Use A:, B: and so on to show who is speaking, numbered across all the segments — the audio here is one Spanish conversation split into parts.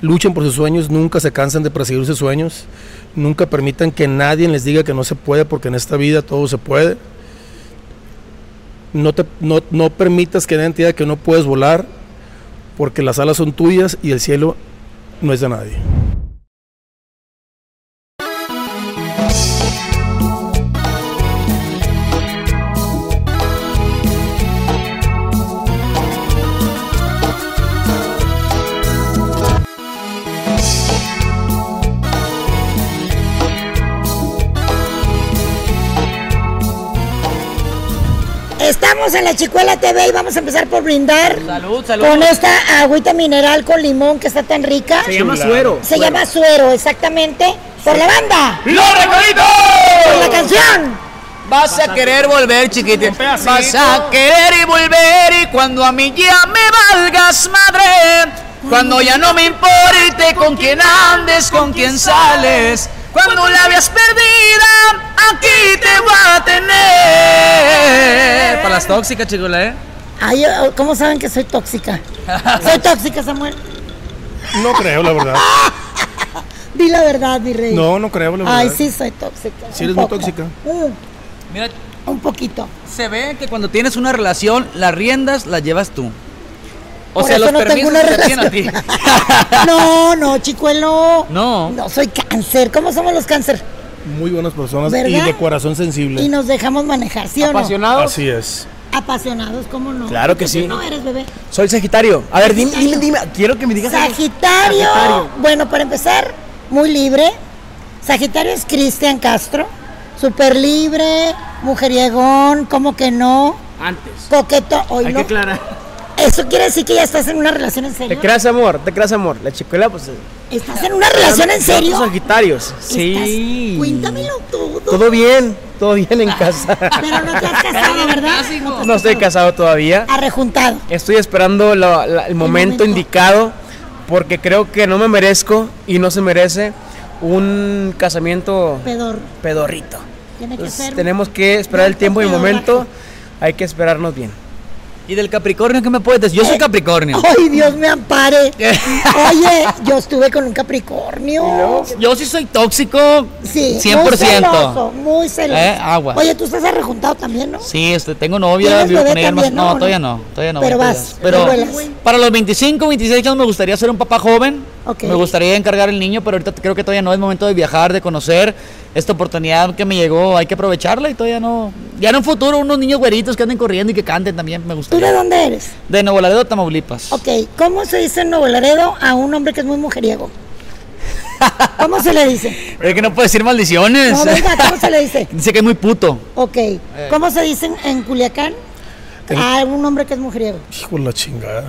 A: luchen por sus sueños, nunca se cansen de perseguir sus sueños, nunca permitan que nadie les diga que no se puede, porque en esta vida todo se puede. No, te, no, no permitas que nadie te diga que no puedes volar, porque las alas son tuyas y el cielo no es de nadie.
B: Estamos en la Chicuela TV y vamos a empezar por brindar
C: Salud, salud.
B: con esta agüita mineral con limón que está tan rica.
C: Se llama suero.
B: Se llama suero, exactamente. Por la banda,
D: ¡Los recoditos!
B: por la canción.
C: Vas a querer volver, chiquitita. Vas a querer y volver. Y cuando a mí ya me valgas, madre. Cuando ya no me importe con quién andes, con quién sales. Cuando la habías perdida, aquí te voy a tener. Para las tóxicas, chicola, ¿eh?
B: Ay, oh, ¿cómo saben que soy tóxica? Soy tóxica, Samuel.
A: No creo, la verdad.
B: Di la verdad, mi rey.
A: No, no creo, la verdad.
B: Ay, sí, soy tóxica.
A: Sí
B: un
A: eres muy
B: poco.
A: tóxica.
B: Mm,
C: Mira,
B: un poquito.
C: se ve que cuando tienes una relación, las riendas las llevas tú. O
B: Por
C: sea,
B: eso
C: los
B: no tengo
C: permisos
B: una
C: se tienen a ti.
B: relación. No, no, chicuelo.
C: No.
B: No, soy cáncer. ¿Cómo somos los cáncer?
A: Muy buenas personas y
B: ¿Verdad?
A: de corazón
B: Y
A: sensible.
B: nos dejamos manejar, ¿sí o no?
E: ¿Apasionados?
A: Así es.
B: Apasionados, ¿cómo no?
E: Claro que sí.
B: No eres bebé.
E: Soy Sagitario. A ver, dime, dime, dime. Quiero que me digas. algo.
B: Sagitario.
E: Sagitario.
B: Bueno, para empezar, muy libre. Sagitario es Cristian Castro. Súper libre, mujeriegón, ¿cómo que no?
E: Antes.
B: Coqueto, hoy
E: Hay
B: no.
E: que aclarar.
B: Eso quiere decir que ya estás en una relación en
E: Te
B: serio.
E: creas amor, te creas amor. La chicuela, pues. eh,
B: ¿Estás en una relación en serio?
E: Datos Sagitarios.
B: Estás-
E: Sí.
B: Cuéntamelo todo.
E: Todo bien, todo bien en casa.
B: Pero no te has casado, ¿verdad?
C: Casi,
B: No te has
E: No estoy casado todavía.
B: Arrejuntado.
E: Estoy esperando la- la- el, momento
B: momento.
E: indicado porque creo que no me merezco y no se merece un casamiento
B: Pedor.
E: pedorrito.
B: Tiene que
E: Entonces,
B: ser.
E: Pues tenemos que esperar el
B: Blanco,
E: tiempo y el
B: pedorraco.
E: momento. Hay que esperarnos bien.
C: ¿Y del Capricornio qué me puedes decir? Yo
B: Eh,
C: soy Capricornio.
B: Ay, Dios me ampare. Oye, yo estuve con un Capricornio.
C: Yo sí soy tóxico.
B: Sí,
C: 100%.
B: Muy celoso, muy celoso.
C: Eh, agua.
B: Oye, tú estás arrejuntado también, ¿no?
C: Sí, este, tengo novia,
B: ¿Tienes
C: vivo con
B: bebé
C: ella. hermano.
B: también,
C: No,
B: no,
C: todavía
B: no?
C: no, todavía no.
B: Pero
C: voy,
B: vas,
C: todavía no.
B: pero vuelas.
C: Pero para los 25, 26 años me gustaría ser un papá joven.
B: Ok.
C: Me gustaría encargar el niño, pero ahorita creo que todavía no es momento de viajar, de conocer esta oportunidad que me llegó. Hay que aprovecharla y todavía no. Ya en un futuro, unos niños güeritos que anden corriendo y que canten también me
B: ¿Tú
C: gustaría.
B: de dónde eres?
C: De Nuevo Laredo, Tamaulipas.
B: Ok, ¿cómo se dice en Nuevo Laredo a un hombre que es muy mujeriego? ¿Cómo se le dice?
C: Es que no puedo decir maldiciones.
B: No, venga, ¿cómo se le dice?
C: Dice que es muy puto.
B: Ok,
C: Eh.
B: ¿cómo se dice en- en Culiacán a un hombre que es mujeriego?
A: Hijo de la chingada.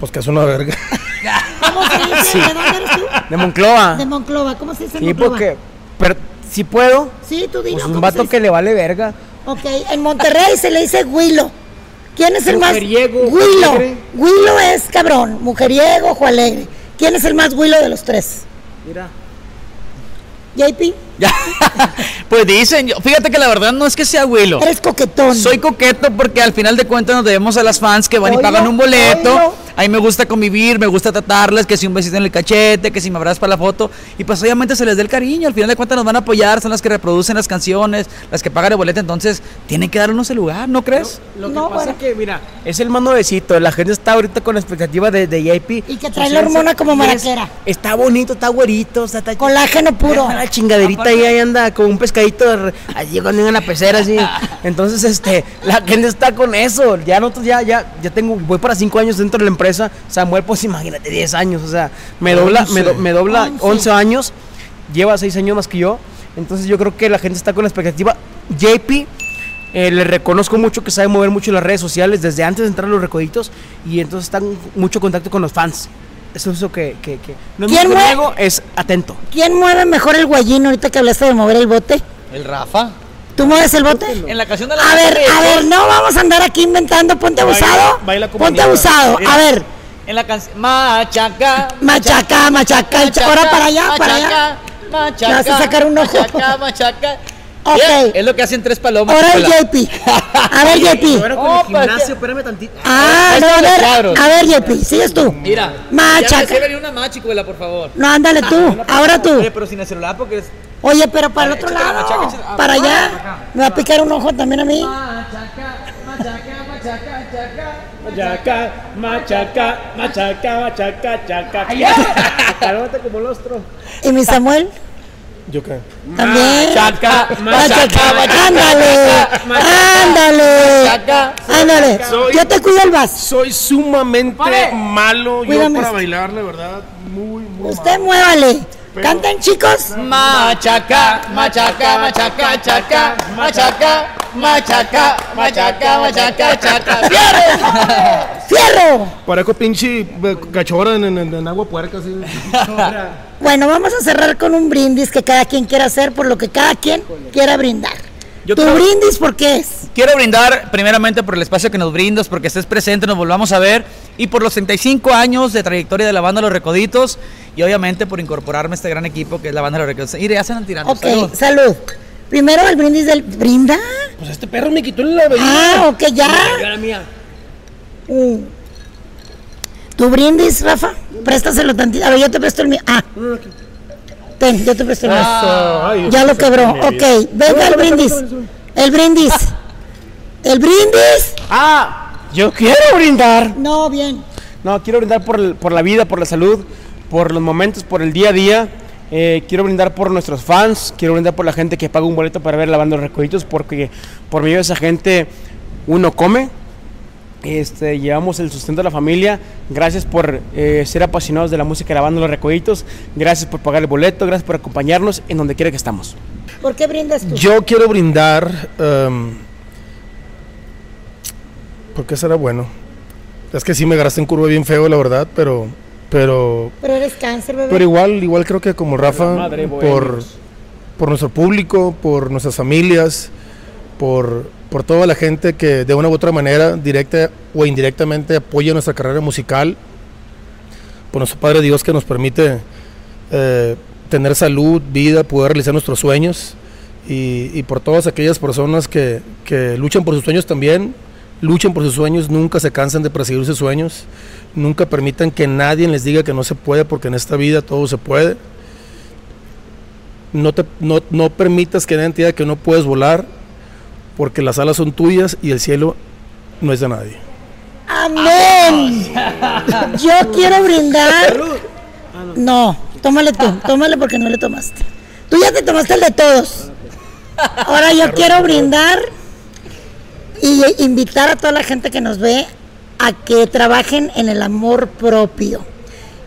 A: Pues que es una verga.
B: ¿Cómo se dice? ¿De dónde eres tú?
E: De Monclova.
B: De Monclova, ¿cómo se dice en
E: sí,
B: Monclova?
E: porque. Pero si puedo,
B: Sí, tú dilo.
E: pues
B: ¿cómo se
E: un vato
B: dice?
E: que le vale verga.
B: Ok, en Monterrey se le dice huilo. ¿Quién es el más?
E: Mujeriego,
B: Huilo.
E: alegre.
B: Huilo es cabrón, mujeriego, ojo alegre. ¿Quién es el más huilo de los tres?
E: Mira.
B: JP,
C: Ya. pues dicen, yo- fíjate que la verdad no es que sea Willow.
B: eres coquetón.
C: Soy coqueto porque al final de cuentas nos debemos a las fans que van y
B: Oilo,
C: pagan un boleto.
B: oilo.
C: A mí me gusta convivir, me gusta tratarles, que si un besito en el cachete, que si me abrazas para la foto. Y pues obviamente se les dé el cariño. Al final de cuentas nos van a apoyar, son las que reproducen las canciones, las que pagan el boleto. Entonces tienen que darnos el lugar, ¿no crees?
E: Lo que
B: No,
E: pasa
B: bueno.
E: es que, mira, es el más nuevecito. La gente está ahorita con la expectativa de, de JP.
B: Y que trae la hormona como maraquera.
E: Está bonito, está güerito, o sea, está
B: Colágeno puro.
E: La chingaderita ahí, ahí anda con un pescadito de- allí cuando en la pecera así. Entonces, este, la gente está con eso. Ya nosotros ya, ya, ya tengo, voy para cinco años dentro de la empresa. Samuel, pues imagínate, 10 años. O sea, me dobla, me, do- me dobla 11.
B: Once.
E: años, lleva seis años más que yo. Entonces yo creo que la gente está con la expectativa. JP eh, le reconozco mucho que sabe mover mucho las redes sociales desde antes de entrar a los recoditos y entonces está en mucho contacto con los fans. Eso es lo que, que, que- no es
B: ¿Quién mue-
E: mujeriego, es atento.
B: ¿Quién mueve mejor el guayín ahorita que hablaste de mover el bote?
C: El Rafa.
B: ¿Tú mueves el bote?
C: En la canción de la
B: A ver, a ver, no vamos a andar aquí inventando. Ponte
A: Baila-
B: abusado.
A: baila como
B: Ponte
A: niña.
B: abusado. A
A: Mira.
B: ver,
C: En la canción. Machaca.
B: machaca, machaca. y cha- Ahora para allá, para allá.
C: Machaca.
B: Me vas a sacar un ojo.
C: Machaca, machaca. Mira,
B: Ok.
C: Es lo que hacen tres palomas.
B: Ahora el
C: Chela.
B: JP. A ver, JP.
E: Bueno, con
C: Oh,
E: el
C: pues,
E: gimnasio,
C: que-
E: espérame tantito.
B: Ah,
C: Ahí
B: no, a
C: están los
B: ver,
C: cuadros.
B: a ver, JP, sigues tú.
C: Mira.
B: Machaca.
C: Ya Ah, recibe una más, chicuela, por favor.
B: No, ándale tú. Ahora tú.
E: Oye, pero sin el celular porque es...
B: Oye, pero para el
C: Dale,
B: otro
C: échate la machaca,
B: lado.
C: échate- ah,
B: Para
C: para
B: allá. Me va a picar un ojo también a mí.
E: Machaca, machaca, machaca, machaca, chaca. Cálmate como el ostro.
B: ¿Y mi Samuel?
A: Yo creo.
B: También.
C: Machaca,
E: Ah,
C: machaca, machaca.
B: Ándale.
E: machaca,
B: Ándale.
C: Machaca.
B: Ándale.
A: Soy-
B: Yo te cuido el vaso.
A: Soy sumamente
C: Pare.
A: malo
B: Cuídame
A: yo para
B: esto.
A: bailar, la verdad. Muy, muy
B: Usted muévale. ¿Cantan chicos?
C: Machaca, machaca, machaca, chaca, machaca, machaca, machaca, machaca, chaca. ¡Fierro!
B: ¡Fierro!
A: Parezco pinche eh, cachorra en, en- en agua puerca. Así.
B: Bueno, vamos a cerrar con un brindis que cada quien quiera hacer por lo que cada quien quiera brindar.
E: Yo
B: ¿Tu
E: creo-
B: brindis por qué es?
C: Quiero brindar primeramente por el espacio que nos brindas, porque estés presente, nos volvamos a ver, y por los 35 años de trayectoria de la banda Los Recoditos, y obviamente por incorporarme a este gran equipo que es la banda Los Recoditos. Y ya se andan tirando.
B: Ok,
C: salud.
B: salud. Primero el brindis del... ¿Brinda?
A: Pues este perro me quitó la bebida.
B: Ah, ok, ya.
E: Era mía.
B: Mm. ¿Tu brindis, Rafa? Préstaselo tantito. A ver, yo te presto el mío. Ah. Ten, yo te presto el mío.
A: Ah, Ay,
B: Ya lo quebró.
A: mi
B: Ok,
A: vida.
B: venga el brindis. El brindis.
A: Ah.
B: El brindis.
E: Ah, yo quiero brindar.
B: No, bien.
E: No, quiero brindar por, el- por la vida, por la salud, por los momentos, por el día a día. Eh, quiero brindar por nuestros fans, quiero brindar por la gente que paga un boleto para ver la banda de los recoditos, porque por medio de esa gente uno come, este, llevamos el sustento a la familia. Gracias por eh, ser apasionados de la música de la banda de los recoditos, gracias por pagar el boleto, gracias por acompañarnos en donde quiera que estamos.
B: ¿Por qué brindas tú?
A: Yo quiero brindar. em, ¿Por qué será bueno? Es que sí me agarraste en curva bien feo, la verdad, pero. Pero.
B: Pero eres cáncer, bebé.
A: Pero igual, igual creo que como Rafa,
E: madre,
A: por,
E: bohemios.
A: por nuestro público, por nuestras familias, por, por toda la gente que de una u otra manera, directa o indirectamente, apoya nuestra carrera musical, por nuestro Padre Dios que nos permite eh, tener salud, vida, poder realizar nuestros sueños, y, y por todas aquellas personas que, que luchan por sus sueños también, luchan por sus sueños, nunca se cansan de perseguir sus sueños, nunca permitan que nadie les diga que no se puede, porque en esta vida todo se puede. No, te, no, no permitas que nadie te diga que no puedes volar, porque las alas son tuyas y el cielo no es de nadie.
B: Amén. Yo quiero brindar. No, tómale tú, tómale porque no le tomaste. Tú ya te tomaste el de todos. Ahora yo quiero brindar y eh, invitar a toda la gente que nos ve a que trabajen en el amor propio.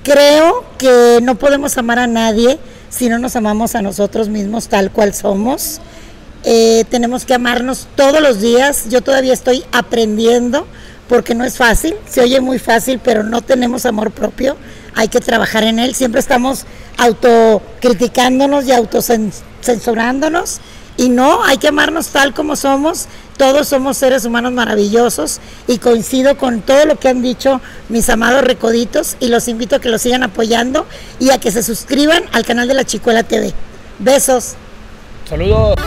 B: Creo que no podemos amar a nadie si no nos amamos a nosotros mismos tal cual somos. Eh, tenemos que amarnos todos los días. Yo todavía estoy aprendiendo porque no es fácil. Se oye muy fácil, pero no tenemos amor propio. Hay que trabajar en él. Siempre estamos autocriticándonos y autocensurándonos. Y no, hay que amarnos tal como somos. Todos somos seres humanos maravillosos y coincido con todo lo que han dicho mis amados recoditos y los invito a que los sigan apoyando y a que se suscriban al canal de la Chicuela TV. Besos.
C: Saludos.